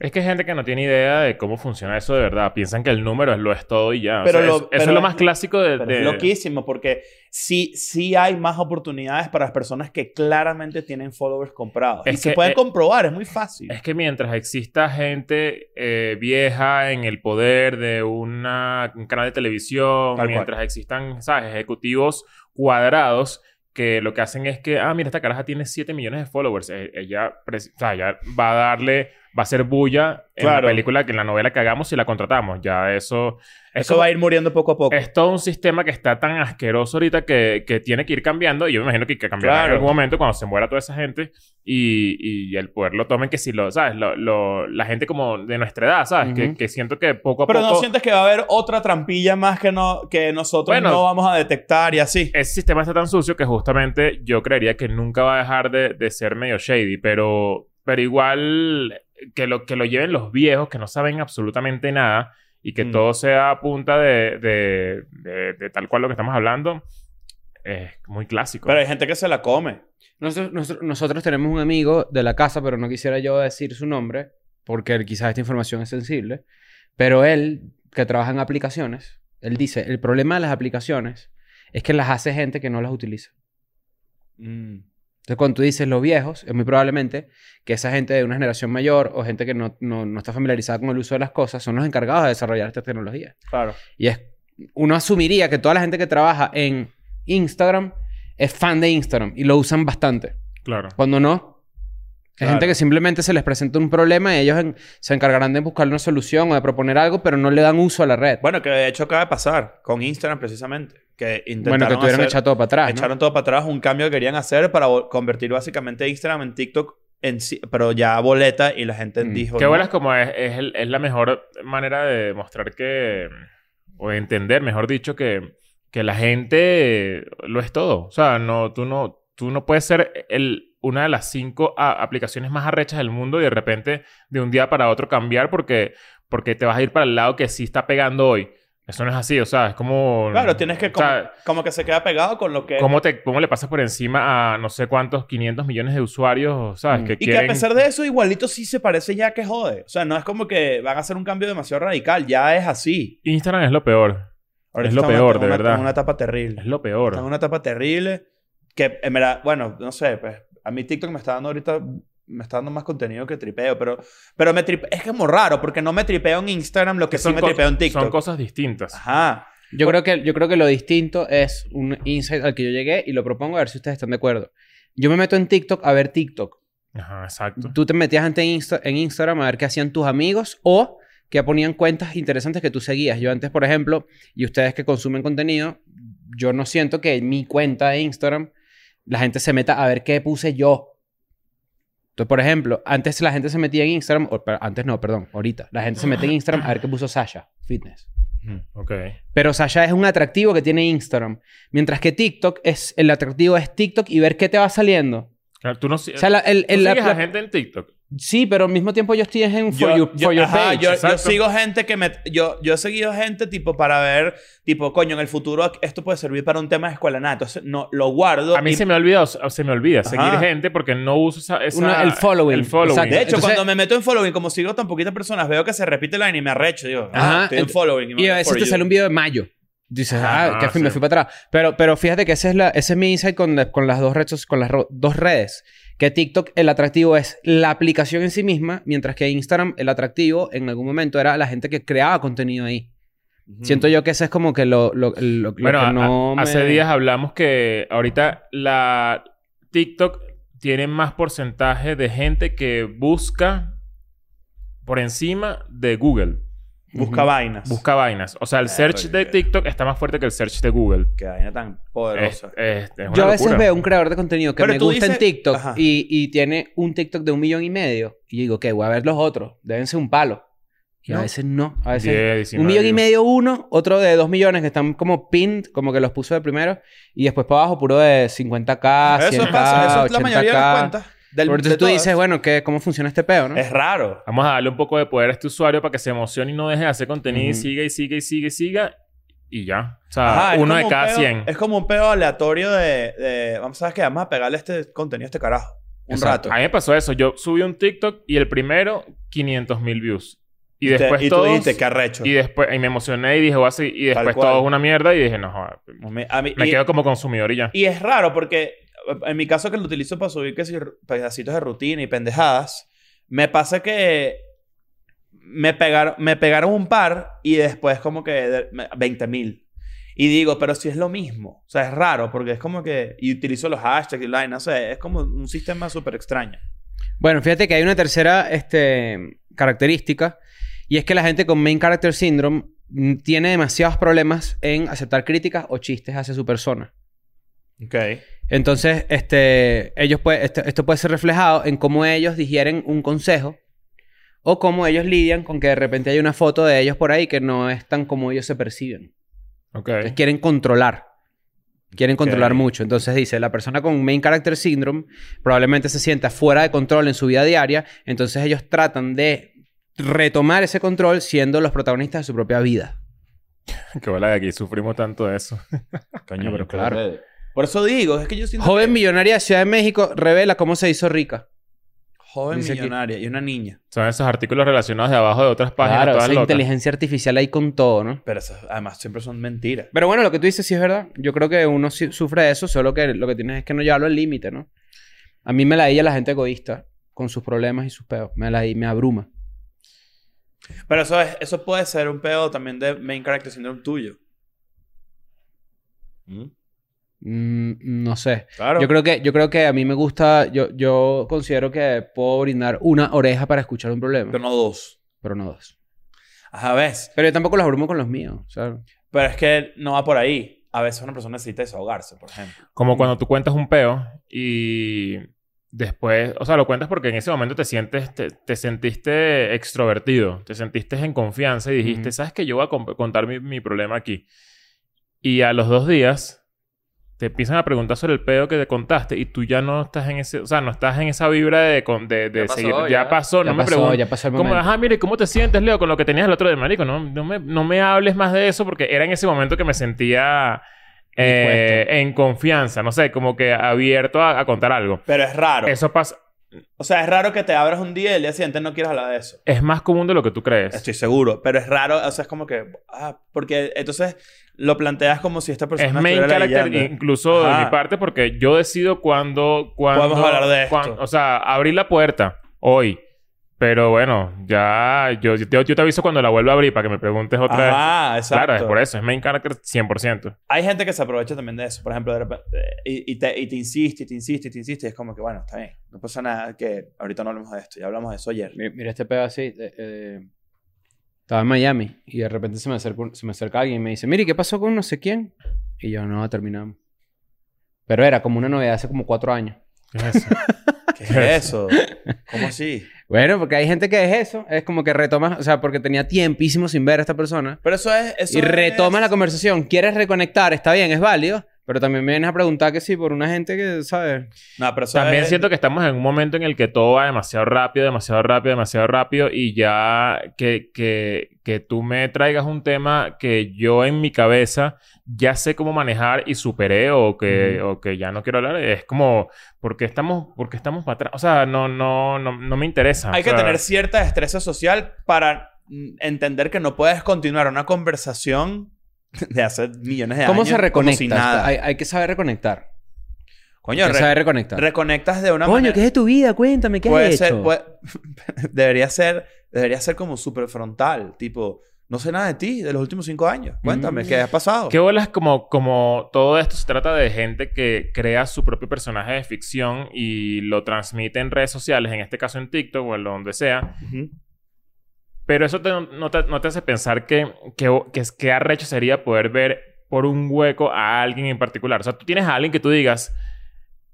Es que hay gente que no tiene idea de cómo funciona eso de verdad. Piensan que el número es- lo es todo y ya. O Pero sea, lo- es- pero- eso es lo más clásico de... Pero de- es loquísimo porque sí, sí hay más oportunidades para las personas que claramente tienen followers comprados. y Es se que, pueden eh, comprobar, es muy fácil. Es que mientras exista gente eh, vieja en el poder de una, un canal de televisión, Tal cual. mientras existan, ¿sabes? Ejecutivos cuadrados que lo que hacen es que, ah, mira, esta caraja tiene 7 millones de followers. Eh, ella, pres- o sea, ya va a darle, va a ser bulla en Claro. la película, que en la novela que hagamos y la contratamos. Ya eso... es Eso como- va a ir muriendo poco a poco. es todo un sistema que está tan asqueroso ahorita que, que tiene que ir cambiando. Y yo me imagino que, que cambiará en Claro. algún momento cuando se muera toda esa gente y, y el poder lo tomen. Que si lo, ¿sabes? Lo- lo- la gente como de nuestra edad, ¿sabes? que, Ujú. que siento que poco a Pero poco... no sientes que va a haber otra trampilla más que, no, que nosotros Bueno. no vamos a detectar y así. Ese sistema está tan sucio que justamente yo creería que nunca va a dejar de, de ser medio shady. Pero, pero igual que lo, que lo lleven los viejos que no saben absolutamente nada y que Mm. todo sea a punta de, de- de- de tal cual lo que estamos hablando... Es muy clásico. Pero hay gente que se la come. Nosotros, nosotros, nosotros tenemos un amigo de la casa, pero no quisiera yo decir su nombre, porque él- quizás esta información es sensible. Pero él, que trabaja en aplicaciones, él dice, el problema de las aplicaciones es que las hace gente que no las utiliza. Entonces, cuando tú dices los viejos, es muy probablemente que esa gente de una generación mayor o gente que no, no, no está familiarizada con el uso de las cosas son los encargados de desarrollar esta tecnología. Claro. Y es, uno asumiría que toda la gente que trabaja en Instagram es fan de Instagram y lo usan bastante. Claro. Cuando no, hay Claro. gente que simplemente se les presenta un problema y ellos en- se encargarán de buscar una solución o de proponer algo, pero no le dan uso a la red. Bueno, que de hecho acaba de pasar con Instagram precisamente. Que intentaron Bueno, que tuvieron hacer- echado todo para atrás. ¿no? echaron todo para atrás un cambio que querían hacer para vol- convertir básicamente Instagram en TikTok, en sí- pero ya a boleta y la gente Mm. dijo... Qué "No". bueno es como es, es, el- es la mejor manera de mostrar que, o de entender, mejor dicho, que, que la gente lo es todo. O sea, no, tú no, tú no puedes ser el, una de las cinco a- aplicaciones más arrechas del mundo y de repente de un día para otro cambiar porque, porque te vas a ir para el lado que sí está pegando hoy. Eso no es así, o sea, es como... Claro, tienes que o como, sea, como que se queda pegado con lo que... ¿Cómo, te, ¿Cómo le pasas por encima a no sé cuántos, 500 millones de usuarios, sabes? Mm. Que Y que quieren... a pesar de eso, igualito sí se parece ya que jode. O sea, no es como que van a hacer un cambio demasiado radical. Ya es así. Instagram es lo peor. Es lo estamos en- peor, en de una- verdad. en una etapa Es terrible. lo peor. Está en una etapa terrible. Que, en verdad, bueno, no sé, pues a mí TikTok me está dando ahorita, me está dando más contenido que tripeo, pero, pero me tripe- es que es muy raro, porque no me tripeo en Instagram lo que sí me co- tripeo en son TikTok. cosas distintas. Ajá. Yo creo, que, yo creo que lo distinto es un insight al que yo llegué y lo propongo a ver si ustedes están de acuerdo. Yo me meto en TikTok a ver TikTok. Ajá, exacto. Tú te metías antes en, Insta- en Instagram a ver qué hacían tus amigos o que ponían cuentas interesantes que tú seguías. Yo antes, por ejemplo, y ustedes que consumen contenido, yo no siento que en mi cuenta de Instagram la gente se meta a ver qué puse yo. Entonces, por ejemplo, antes la gente se metía en Instagram, o, per- antes no, perdón, ahorita, la gente [laughs] se mete en Instagram a ver qué puso Sasha Fitness. Ujú, Ok. Pero Sasha es un atractivo que tiene Instagram. Mientras que TikTok es, el atractivo es TikTok y ver qué te va saliendo. Claro, tú no si- O sea, la- el, ¿tú el- la- sigues a la- gente en TikTok. Sí, pero al mismo tiempo yo estoy en For, you- for Your ajá, Page. yo- yo exacto. sigo gente que me... Yo, yo he seguido gente tipo para ver, tipo, coño, en el futuro esto puede servir para un tema de escuela. Nada, entonces no, lo guardo. A mí y- se me olvida, o sea, se me olvida Ajá. seguir gente porque no uso esa, esa- Una- el following. el following. Exacto. De hecho, Entonces- cuando me meto en following, como sigo tan poquitas personas, veo que se repite la y me arrecho. Digo, Ajá, ah, estoy en ent- following. me Y meto a veces for te you. sale un video de mayo. Dices, ah, Ah, que fui- sí. me fui para atrás. Pero, pero fíjate que ese es, la, ese es mi insight con, la- con las dos redes, con las ro- dos redes. Que TikTok el atractivo es la aplicación en sí misma, mientras que Instagram el atractivo en algún momento era la gente que creaba contenido ahí. Ujú. Siento yo que ese es como que lo, lo, lo- lo Bueno, que a- no me- hace días hablamos que ahorita la TikTok tiene más porcentaje de gente que busca por encima de Google. Busca Ujú. vainas. Busca vainas. O sea, el Eh, search porque- de TikTok está más fuerte que el search de Google. Qué vaina tan Es, Eh, poderosa. es- es una Yo a veces locura. veo un creador de contenido que Pero me tú gusta en dices- TikTok Ajá. y, y tiene un TikTok de un millón y medio. Y yo digo, ok, voy a ver los otros. Déjense un palo. Y a No. veces no. A veces 10, 19 un millón y views. medio uno, otro de dos millones que están como pinned, como que los puso de primero. Y después para abajo puro de 50k, 100k, eso pasa, eso es la 80k. mayoría de las cuentas. Del, Pero entonces de tú todas. dices, bueno, ¿qué, ¿cómo funciona este peo, no? Es raro. Vamos a darle un poco de poder a este usuario para que se emocione y no deje de hacer contenido y Ujú. siga y siga y siga y siga. Y ya. O Ah, sea, Ajá, es uno de como un cada peo- 100. Es como un pedo aleatorio de, de- Vamos, ¿sabes qué? Vamos a pegarle este contenido a este carajo. Un Exacto. rato. A mí me pasó eso. Yo subí un TikTok y el primero, 500 mil views. Y Te- después y tú todos... dijiste, qué arrecho. y después... Y me emocioné y dije, voy a seguir. Y Tal después cual. todo es una mierda. Y dije, no, joder, Me- a mí- me y- quedo como consumidor y ya. Y es raro porque en mi caso que lo utilizo para subir que si, pedacitos de rutina y pendejadas, me pasa que me pegaron, me pegaron un par y después como que 20 mil. Y digo, pero si es lo mismo. O sea, es raro porque es como que... Y utilizo los hashtags y line, no sé, es como un sistema súper extraño. Bueno, fíjate que hay una tercera este, característica y es que la gente con main character syndrome mm, tiene demasiados problemas en aceptar críticas o chistes hacia su persona. Ok. Entonces, este, ellos puede- este- esto puede ser reflejado en cómo ellos digieren un consejo o cómo ellos lidian con que de repente hay una foto de ellos por ahí que no es tan como ellos se perciben. Ok. [laughs] Entonces quieren controlar. Quieren controlar Ok. mucho. Entonces dice, la persona con main character syndrome probablemente se sienta fuera de control en su vida diaria, entonces ellos tratan de retomar ese control siendo los protagonistas de su propia vida. Que bola de aquí. Sufrimos tanto de eso. Coño, pero claro. Por eso digo, es que yo siento... Joven millonaria de Ciudad de México revela cómo se hizo rica. Joven Dice aquí- millonaria y una niña. Son esos artículos relacionados de abajo de otras páginas. claro, todas esa locas. inteligencia artificial ahí con todo, ¿no? Pero esas, además siempre son mentiras. Pero bueno, lo que tú dices sí es verdad. Yo creo que uno sí sufre de eso, solo que lo que tienes es que no llevarlo al límite, ¿no? A mí me la ella la gente egoísta con sus problemas y sus peos. Me la me abruma. Pero eso, es, eso puede ser un pedo también de main character syndrome tuyo. Mm, no sé. Claro. Yo creo que yo creo que a mí me gusta yo yo considero que puedo brindar una oreja para escuchar un problema, Pero no dos. pero no dos. Ajá, ves. Pero yo tampoco los abrumo con los míos, o sea, Pero es que no va por ahí. A veces una persona necesita desahogarse, por ejemplo. Como cuando tú cuentas un peo y después, o sea, lo cuentas porque en ese momento te sientes, te, te sentiste extrovertido, te sentiste en confianza y dijiste, Ujú. ¿sabes que Yo voy a comp- contar mi, mi problema aquí. Y a los dos días te empiezan a preguntar sobre el pedo que te contaste y tú ya no estás en ese, o sea, no estás en esa vibra de, con- de, de Ya pasó, seguir. Ya, ya. pasó, ya no me pasó, preguntes. ya pasó el Como, momento. ajá, mire, ¿cómo te sientes, Leo, con lo que tenías el otro de marico? No, no, me, no me hables más de eso porque era en ese momento que me sentía eh, en confianza, no sé, como que abierto a, a contar algo. Pero es raro. Eso pasa, O sea, es raro que te abras un día y el día siguiente no quieras hablar de eso. es más común de lo que tú crees. Estoy seguro. Pero es raro. O sea, es como que... Ah, porque entonces lo planteas como si esta persona Es main estuviera character leyendo. incluso de Ajá. mi parte porque yo decido cuándo... cuándo Podemos hablar de esto. cuán- o sea, abrir la puerta hoy. Pero bueno, ya... Yo, yo, yo te aviso cuando la vuelva a abrir para que me preguntes otra vez. Ajá, exacto. Claro, es por eso. Es main [laughs] character 100%. Hay gente que se aprovecha también de eso. Por ejemplo, de repente, eh, y, y te, y te insiste, y te insiste, y te insiste. Y es como que, bueno, está bien. No pasa nada que ahorita no hablemos de esto. Ya hablamos de eso ayer. Mi- Mira este pedo así. eh, eh, estaba en Miami y de repente se me, acercó un- se me acerca alguien y me dice, mire, ¿qué pasó con no sé quién? Y yo, no, terminamos. Pero era como una novedad hace como cuatro años. ¿Qué es eso? ¿Qué es [laughs] eso? ¿Cómo así? Bueno, porque hay gente que es eso. Es como que retomas, o sea, porque tenía tiempísimo sin ver a esta persona. Pero eso es... Eso y retomas es- la conversación. Quieres reconectar, está bien, es válido. Pero también me vienes a preguntar que sí por una gente que, ¿sabes? No, pero eso También es- siento que estamos en un momento en el que todo va demasiado rápido, demasiado rápido, demasiado rápido y ya que, que, que tú me traigas un tema que yo en mi cabeza ya sé cómo manejar y superé o que, o que ya no quiero hablar, es como, ¿por qué estamos, por qué estamos para atrás? O sea, no, no, no, no me interesa. Hay O que Ah, sea, tener cierta destreza social para mm, entender que no puedes continuar una conversación de hace millones de ¿Cómo años. se como reconecta? si nada. Hay, hay que saber reconectar. Coño, hay que re- saber reconectar. reconectas de una Coño, manera. ¿qué es de tu vida? Cuéntame, ¿qué puede has ser, hecho? puede- [laughs] debería ser, debería ser como súper frontal, tipo, no sé nada de ti de los últimos cinco años. Cuéntame, Mm. ¿qué ha pasado? ¿Qué bolas como, como todo esto se trata de gente que crea su propio personaje de ficción y lo transmite en redes sociales, en este caso en TikTok o en lo- donde sea? Ujú. Pero eso te- no, te, no te hace pensar que, que, que, es- que arrecho sería poder ver por un hueco a alguien en particular. O sea, tú tienes a alguien que tú digas,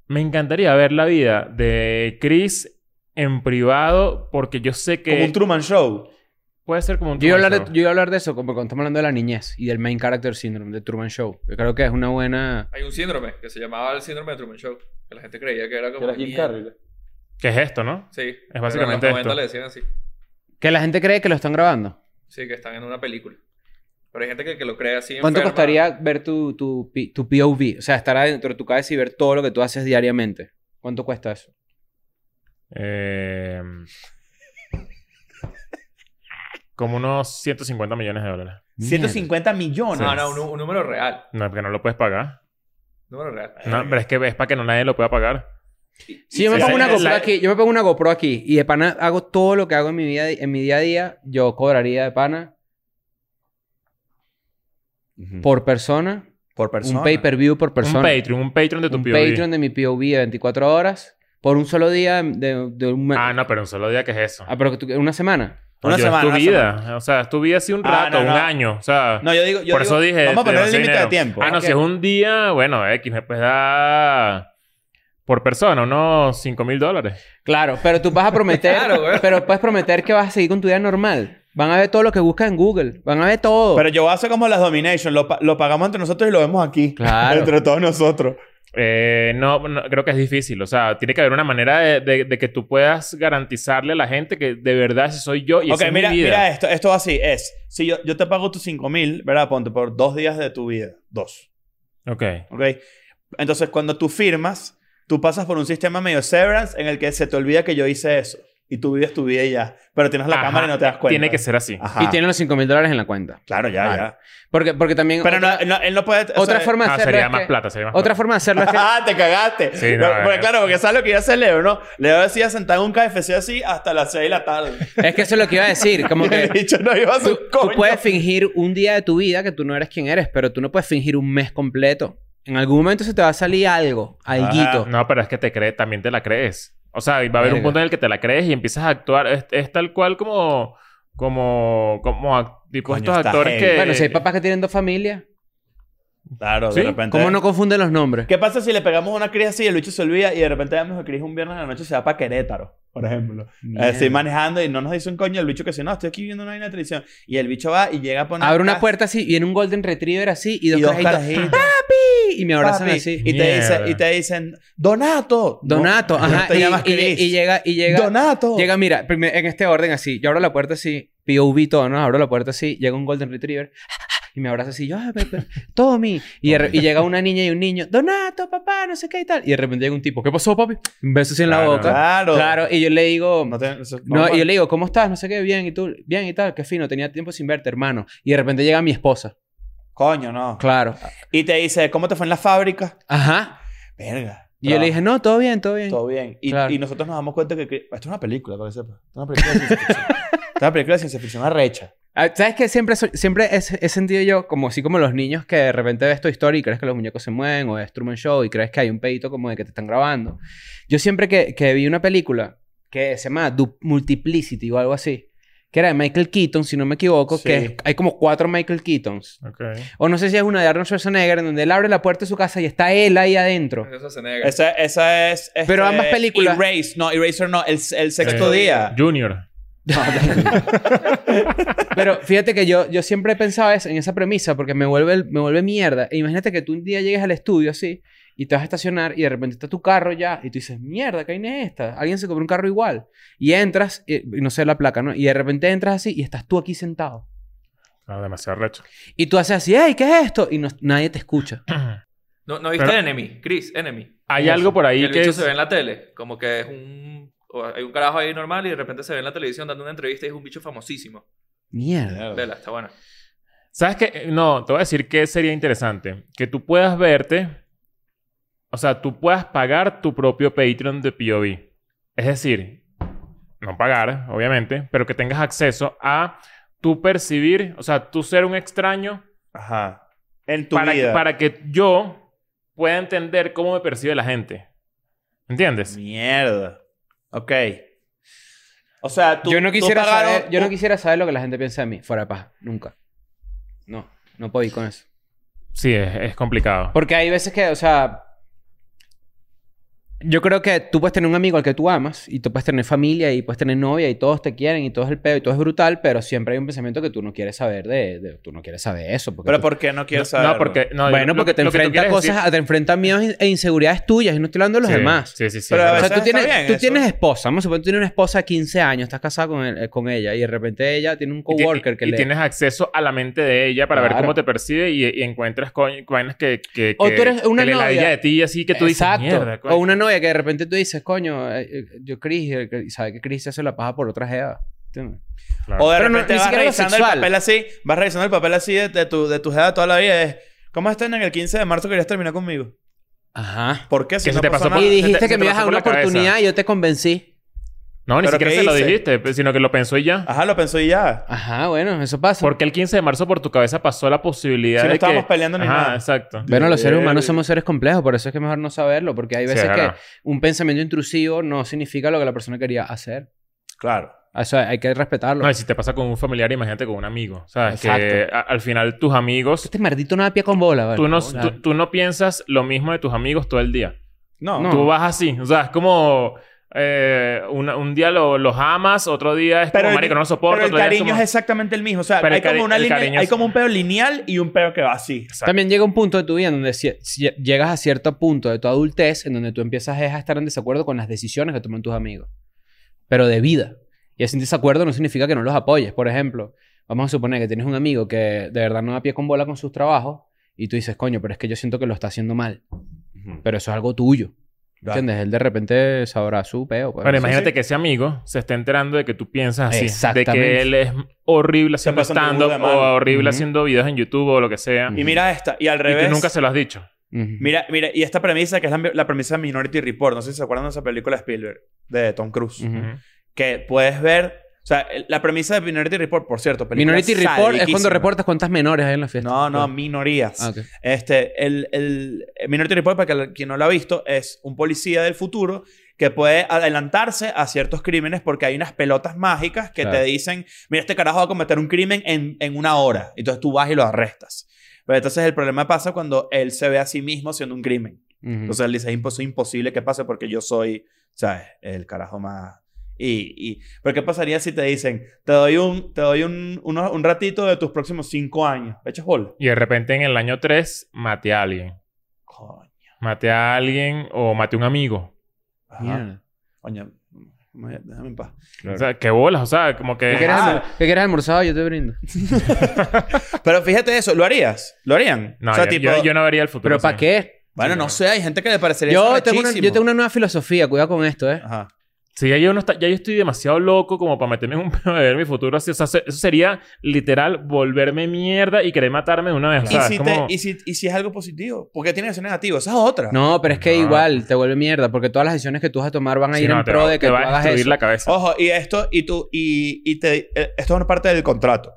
me encantaría ver la vida de Chris en privado porque yo sé que... Como un Truman Show. puede ser como un... Yo iba, a hablar de, Truman yo iba a hablar de eso, como cuando estamos hablando de la niñez y del main character syndrome de Truman Show. Yo creo que es una buena. Hay un síndrome que se llamaba el síndrome de Truman Show. Que la gente creía que era como. mierda. Show. ¿Qué es esto, no? Sí. Pero básicamente En los 90 esto. le decían así. Que la gente cree que lo están grabando. Sí, que están en una película. Pero hay gente que, que lo cree así. ¿Cuánto enferma. costaría ver tu, tu, P- tu POV? O sea, estar adentro de tu cabeza y ver todo lo que tú haces diariamente. ¿Cuánto cuesta eso? Eh, [laughs] como unos 150 millones de dólares. Mierda. 150 millones. No, no, un, un número real. No, porque no lo puedes pagar. Número real. No, pero es que es para que no nadie lo pueda pagar. Si yo me Sí, pongo sí, una sí. GoPro La- aquí, yo me pongo una GoPro aquí y de pana hago todo lo que hago en mi vida, en mi día a día, yo cobraría de pana Ujú. por, por persona, persona. un pay-per-view por persona. Un Patreon, un Patreon de tu un POV. Patreon de mi POV de 24 horas por un solo día de, de un mes. Ah, no, pero un solo día que es eso. Ah, pero que tú- una semana. Una Oye, semana, Es tu una vida. O sea, es tu vida así un Ah, rato, no, no. un año. O sea, No, yo digo, yo por digo, eso dije. Vamos a poner el demasiado límite de dinero. tiempo. Ah, no, Ok. si es un día, bueno, X, me puedes dar por persona unos 5 mil dólares. Claro, pero tú vas [laughs] a prometer, Claro, güey. pero puedes prometer que vas a seguir con tu vida normal. Van a ver todo lo que buscas en Google, van a ver todo. Pero yo voy a hacer como las Domination. Lo, pa- lo pagamos entre nosotros y lo vemos aquí. [laughs] Claro. Entre todos nosotros. Eh, no, no, creo que es difícil. O sea, tiene que haber una manera de, de- de que tú puedas garantizarle a la gente que de verdad ese soy yo y ok, esa es mira, mi vida. mira esto. Esto así es. Si yo, yo te pago tus 5 mil, ¿verdad? Ponte por dos días de tu vida. Dos. Ok. ¿Ok? Entonces, cuando tú firmas, tú pasas por un sistema medio severance en el que se te olvida que yo hice eso. Y tú vives tu vida y ya. Pero tienes la Ajá. cámara y no te das cuenta. Ah. Tiene que ser así. Ajá. Y tienen los 5 mil dólares en la cuenta. Claro, ya, Claro. ya. Porque, porque también. Pero otra, no, no, él no puede... o otra sea, forma de Ah, hacerlo. sería es más que- plata, sería más Otra forma de hacerlo es que. ¡Ah, te cagaste! Sí, no, No, porque eh. claro, porque sabes lo que yo hace Leo, ¿no? Leo decía sentado en un KFC así hasta las 6 de la [laughs] tarde. Es que eso es lo que iba a decir. [laughs] Como Y el que bicho no [laughs] iba a tú, su tú coño. puedes fingir un día de tu vida que tú no eres quien eres, pero tú no puedes fingir un mes completo. En algún momento se te va a salir algo, alguito. Ajá. No, pero es que te crees, también te la crees. O sea, va a haber un Verga. punto en el que te la crees y empiezas a actuar. Es, es tal cual como. Como. Como. ac- tipo Coño, estos está actores heavy. que. Bueno, si hay papás que tienen dos familias, Claro, ¿Sí? de repente... ¿cómo no confunden los nombres? ¿Qué pasa si le pegamos una crisis así y el bicho se olvida y de repente vemos que Cris un viernes en la noche se va para Querétaro, por ejemplo? Mierda. Así manejando y no nos dice un coño el bicho que dice, no, estoy aquí viendo una vaina de televisión. Y el bicho va y llega a poner... Abre una acá puerta así, viene un Golden Retriever así y dos, y dos carajitos. carajitos. ¡Pi! y [laughs] me abrazan papi, así. Y te, dice- Mierda. y te dicen, Donato. No, Donato, no ajá. te y- llamas y, Chris. y llega, y llega. Donato. Llega, mira, primer- en este orden así. Yo abro la puerta así, POV todo, ¿no? Abro la puerta así, llega un Golden Retriever y me abraza así, yo, "Ah, pe- pe- Tommy. Y, de re- y llega una niña y un niño, Donato, papá, no sé qué y tal. Y de repente llega un tipo, ¿qué pasó, papi? Un beso así en la Claro. boca. Claro. Claro, y yo le digo, No, te- eso- no, normal. y yo le digo, ¿cómo estás? No sé qué, bien, y tú, bien y tal, qué fino, tenía tiempo sin verte, hermano. Y de repente llega mi esposa, Coño, no. claro. Y te dice, ¿cómo te fue en la fábrica? Ajá. Verga. Y yo le dije, no, todo bien, todo bien. Todo bien. Y, Claro. y nosotros nos damos cuenta que... que- Esto es una película, para que sepa. Esto es una película de ciencia ficción. Esto es una [laughs] película de ciencia ficción arrecha. Ah, ¿Sabes qué? Siempre, so- siempre he, he sentido yo, como así como los niños que de repente ves tu historia y crees que los muñecos se mueven o ves Truman Show y crees que hay un pedito como de que te están grabando. Yo siempre que, que vi una película que se llama Du- Multiplicity o algo así, que era de Michael Keaton, si no me equivoco, Sí. que es- hay como cuatro Michael Keatons. Ok. O no sé si es una de Arnold Schwarzenegger, en donde él abre la puerta de su casa y está él ahí adentro. Eso se nega. Esa, esa es... este, Pero ambas películas- Erase. No, Eraser no. El, el sexto Eh, [laughs] día. Junior. [laughs] Pero fíjate que yo, yo siempre he pensado eso- en esa premisa porque me vuelve, el- me vuelve mierda. E imagínate que tú un día llegues al estudio así y te vas a estacionar y de repente está tu carro ya y tú dices, mierda, ¿qué vaina es esta? Alguien se compró un carro igual. Y entras, y, y no sé la placa, ¿no? Y de repente entras así y estás tú aquí sentado. Ah, demasiado recho. [clears throat] Y tú haces así, hey, ¿qué es esto? Y no- nadie te escucha. ¿No, ¿No viste Pero- Enemy? Chris, Enemy. Hay algo por Que ahí el que bicho es... se ve en la tele. Como que es un... o hay un carajo ahí normal y de repente se ve en la televisión dando una entrevista y es un bicho famosísimo. Mierda. Vela, está buena. ¿Sabes qué? Eh, No, te voy a decir que sería interesante. Que tú puedas verte... O sea, tú puedas pagar tu propio Patreon de POV. Es decir, no pagar, obviamente, pero que tengas acceso a tú percibir, o sea, tú ser un extraño Ajá. En tu para, vida. para que yo pueda entender cómo me percibe la gente. ¿Entiendes? Mierda. Ok. O sea, tú. yo no tú quisiera pagaron- saber, yo no tú- quisiera saber lo que la gente piensa de mí, fuera de paja, nunca. No, no puedo ir con eso. Sí, es, es complicado. Porque hay veces que, o sea, yo creo que tú puedes tener un amigo al que tú amas y tú puedes tener familia y puedes tener novia y todos te quieren y todo es el pedo y todo es brutal, pero siempre hay un pensamiento que tú no quieres saber de, de- tú no quieres saber eso. Porque Pero tú- ¿por qué no No, quieres saber? No, porque... no, bueno, lo- porque te lo que tú enfrenta a quieres cosas, decir- te enfrenta a miedos e inseguridades tuyas y no estoy hablando de los Sí, demás. Sí, sí, sí. Pero es a verdad. O sea, Eso tú, está tienes, bien, tú eso- tienes esposa. Vamos a suponer que tú tienes una esposa de 15 años, estás casada con, el- eh, con ella y de repente ella tiene un Y ti- coworker que y le... tienes acceso a la mente de ella para ver Claro. cómo te percibe y, y encuentras coño- vainas que, que, que, O tú eres una que le novia. ladilla de ti y así que tú dices, Exacto. mierda, coño". o una novia que de repente tú dices, coño, eh, eh, yo Chris, eh, que- ¿sabes que Chris se hace la paja por otra jeva? ¿Entiendes? Claro. O de Pero no, repente ni vas siquiera lo revisando el sexual. papel así. Vas revisando el papel así de, de tu, de tu edad toda la vida. Es, ¿Cómo estás en el 15 de marzo querías terminar conmigo? Ajá. ¿Por qué? Si Que no se te pasó por- Y Ah, se te- dijiste se que te me ibas a pasó dar por una la cabeza. oportunidad y yo te convencí. No, ni ¿Pero siquiera qué se lo hice? dijiste, pe- sino que lo pensó y ya. Ajá, lo pensó y ya. Ajá, bueno, eso pasa. Porque el 15 de marzo por tu cabeza pasó la posibilidad Si no de que... estábamos peleando ni Ajá, nada. exacto. bueno, los seres humanos Eh, somos seres complejos, por eso es que es mejor no saberlo, porque hay Sí, es veces que verdad. un pensamiento intrusivo no significa lo que la persona quería hacer. Claro. O sea, hay que respetarlo. No, y si te pasa con un familiar, imagínate con un amigo. O sea, que Exacto. a- al final tus amigos... Este maldito nada pie con bola, ¿vale? Tú no, Claro. tú, tú no piensas lo mismo de tus amigos todo el día. No. No. Tú vas así. O sea, es como... eh, una- un día lo- los amas, otro día es Pero como, el- marico, no lo soporto. Pero el otro día es cariño es como- exactamente el mismo. O sea, Pero el hay como, cari- una el línea, cariño hay es- como un pedo lineal y un pedo que va así. Exacto. También llega un punto de tu vida en donde si- si- llegas a cierto punto de tu adultez en donde tú empiezas es a estar en desacuerdo con las decisiones que toman tus amigos, pero de vida. Y ese desacuerdo no significa que no los apoyes. Por ejemplo, vamos a suponer que tienes un amigo que de verdad no da pie con bola con sus trabajos y tú dices, coño, pero es que yo siento que lo está haciendo mal. Pero eso es algo tuyo. ¿Entiendes? Él de repente sabrá su peo. pues. Bueno, imagínate sí. que ese amigo se está enterando de que tú piensas así. De Exactamente. que él es horrible haciendo pasa un burda stand-up de malo. o horrible Ujú. haciendo videos en YouTube o lo que sea. Ujú. Y mira esta. Y al Y revés. tú nunca se lo has dicho. Ujú. Mira, mira, y esta premisa que es la, la premisa de Minority Report, no sé si se acuerdan de esa película de Spielberg, de Tom Cruise, Ujú. Ujú. que puedes ver, o sea, el- la premisa de Minority Report, por cierto, película Minority Report es cuando sadiquísima. reportas cuántas menores hay en la fiesta. No, no, minorías. Ah, ok. Este, el, el el Minority Report, para que la- quien no lo ha visto, es un policía del futuro que puede adelantarse a ciertos crímenes porque hay unas pelotas mágicas que Claro. te dicen, mira, este carajo va a cometer un crimen en, en una hora. Entonces tú vas y lo arrestas. Pero entonces el problema pasa cuando él se ve a sí mismo haciendo un crimen. Ujú. Entonces él dice, es impos- imposible que pase porque yo soy, ¿sabes? El carajo más... Y, y, pero ¿qué pasaría si te dicen, te doy un, te doy un, uno- un ratito de tus próximos cinco años? Echas bola. Y de repente en el año 3 mate a alguien. Coño. Maté a alguien o maté a un amigo. Ajá. Mierda. Coño. me- Déjame en paz. O sea, qué bolas, o sea, como ¿Qué que... quieres, Ah. almor- ¿Qué quieres almorzado? Yo te brindo. Pero fíjate eso, ¿lo harías? ¿Lo harían? No, o sea, yo, tipo, yo- yo no vería el futuro. ¿Pero para sí. qué? bueno, no sé, hay gente que le parecería Yo eso tengo, una, rechísimo. yo tengo una nueva filosofía. Cuidado con esto, Ah, ¿eh? Ajá. Sí, ya yo, no está- ya yo estoy demasiado loco como para meterme en un [laughs] pedo de ver mi futuro así. O sea, se- eso sería literal volverme mierda y querer matarme de una vez. O sea, ¿Y, si es como... te- y, si, y si es algo positivo? ¿Por qué tiene que ser negativo? Esa es otra. No, pero es que No. igual te vuelve mierda. Porque todas las decisiones que tú vas a tomar van a ah. Sí, ir no, en te pro va- de te que tú va a hagas destruir eso. Oh. la cabeza. Ojo, y esto, y tú, y, y te, eh, esto es una parte del contrato.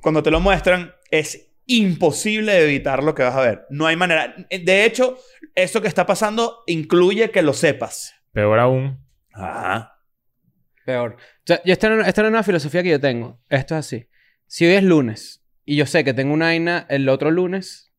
Cuando te lo muestran, es imposible evitar lo que vas a ver. No hay manera. De hecho, eso que está pasando incluye que lo sepas. Peor aún. Ajá. Peor. O sea, yo esta, era- esta era una filosofía que yo tengo. Esto es así. Si hoy es lunes y yo sé que tengo una vaina el otro lunes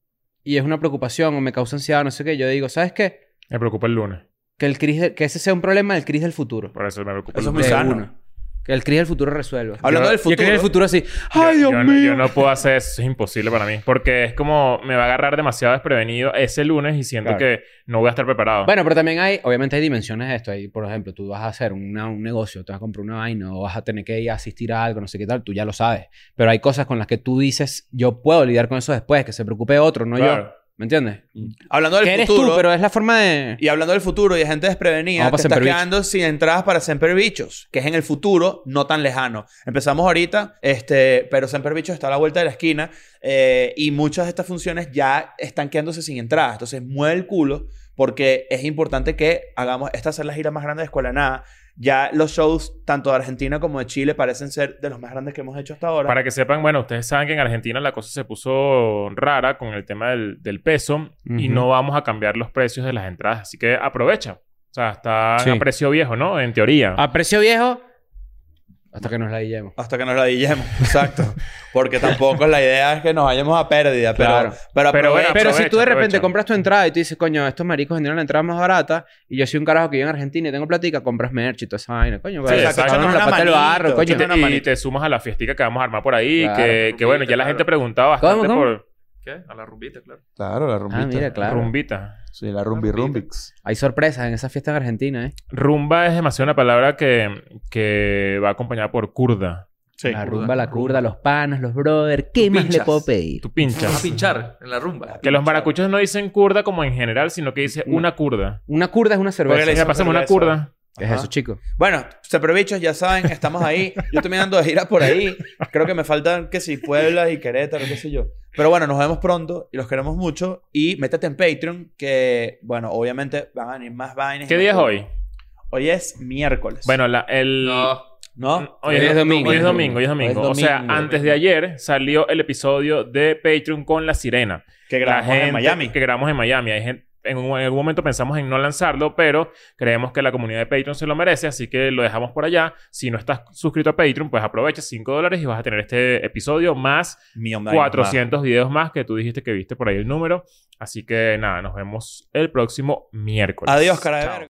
y es una preocupación o me causa ansiedad o no sé qué, yo digo, ¿sabes qué? Me preocupa el lunes. Que, el cris de- que ese sea un problema del cris del futuro. Por eso me preocupa el Eso es muy lunes. De sano. una. Que el cris del futuro resuelva. Hablando del Yo- Y Ah, el futuro. cris del futuro así. ¡Ay, yo, Dios yo no, mío! yo no puedo hacer eso. Eso es imposible para mí. Porque es como... Me va a agarrar demasiado desprevenido ese lunes y siento Claro. que no voy a estar preparado. Bueno, pero también hay, obviamente hay dimensiones de esto. Hay, por ejemplo, tú vas a hacer una- un negocio, te vas a comprar una vaina o vas a tener que ir a asistir a algo, no sé qué tal, tú ya lo sabes. Pero hay cosas con las que tú dices, yo puedo lidiar con eso después, que se preocupe otro, no Claro. yo. ¿Me entiendes? Hablando Que del eres futuro. tú, pero es la forma de... Y hablando del futuro y de gente desprevenida Vamos que para está Semper quedando sin entradas para Semper Bichos, que es en el futuro no tan lejano. Empezamos ahorita, este, pero Semper Bichos está a la vuelta de la esquina eh, y muchas de estas funciones ya están quedándose sin entradas. Entonces, mueve el culo porque es importante que hagamos esta ser la gira más grande de Escuela de Nada. Ya los shows, tanto de Argentina como de Chile, parecen ser de los más grandes que hemos hecho hasta ahora. Para que sepan, bueno, ustedes saben que en Argentina la cosa se puso rara con el tema del, del peso y Ujú. no vamos a cambiar los precios de las entradas. Así que aprovecha. O sea, está Sí. Ah, a precio viejo, ¿no? En teoría. A precio viejo, hasta que nos la guillemos. Hasta que nos la dillemos, exacto. Porque tampoco la idea es que nos vayamos a pérdida, pero, Claro. pero, Pero bueno, aprovecha. Pero si tú de aprovecha. repente compras tu entrada y tú dices, coño, estos maricos vendieron la entrada más barata y yo soy un carajo que vivo en Argentina y tengo platica, compras merch y toda esa vaina. Coño, vale, exacto. sacándonos la Una pata del manito, barro, y, coño. una te, y manito. te sumas a la fiestica que vamos a armar por ahí. Claro, que, que bueno, ya la claro. gente preguntaba bastante ¿Cómo, cómo? por ¿Qué? A la rumbita, claro. Claro, la Ah, mira, claro. rumbita. Sí, la rumbi rumbix. Hay sorpresas en esa fiesta en Argentina, ¿eh? Rumba es demasiado una palabra que, que va acompañada por kurda. Sí. la curda, rumba, la rumba. curda, los panos, los brothers. ¿Qué Tú más le pinchas. puedo pedir? Tú Vas a pinchas. pinchar en la rumba. que los maracuchos no dicen kurda como en general, sino que dice Una- una kurda. Una curda Mm. es una cerveza. Porque le- Le pasamos una kurda. ¿Qué es Ajá. eso, chico? Bueno, Seprebichos, ya saben, estamos ahí. Yo estoy mirando de gira por ahí. Creo que me faltan, que si Puebla y Querétaro, qué sé yo. Pero bueno, nos vemos pronto y los queremos mucho. Y métete en Patreon, que, bueno, obviamente van a venir más vainas. ¿Qué día es hoy? Hoy es miércoles. Bueno, la, el... No. ¿no? Hoy es, domingo. Hoy es domingo, hoy es domingo. Hoy es O sea, domingo. antes de ayer salió el episodio de Patreon con La Sirena. Que La grabamos en Miami. Que grabamos en Miami. Hay gente, en, un- en algún momento pensamos en no lanzarlo, pero creemos que la comunidad de Patreon se lo merece, así que lo dejamos por allá. Si no estás suscrito a Patreon, pues aprovecha 5 dólares y vas a tener este episodio más Millón de años más. 400 videos más que tú dijiste que viste por ahí el número. Así que nada, nos vemos el próximo miércoles. Adiós, cara de Chao. verga.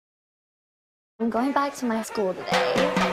I'm going back to my school today.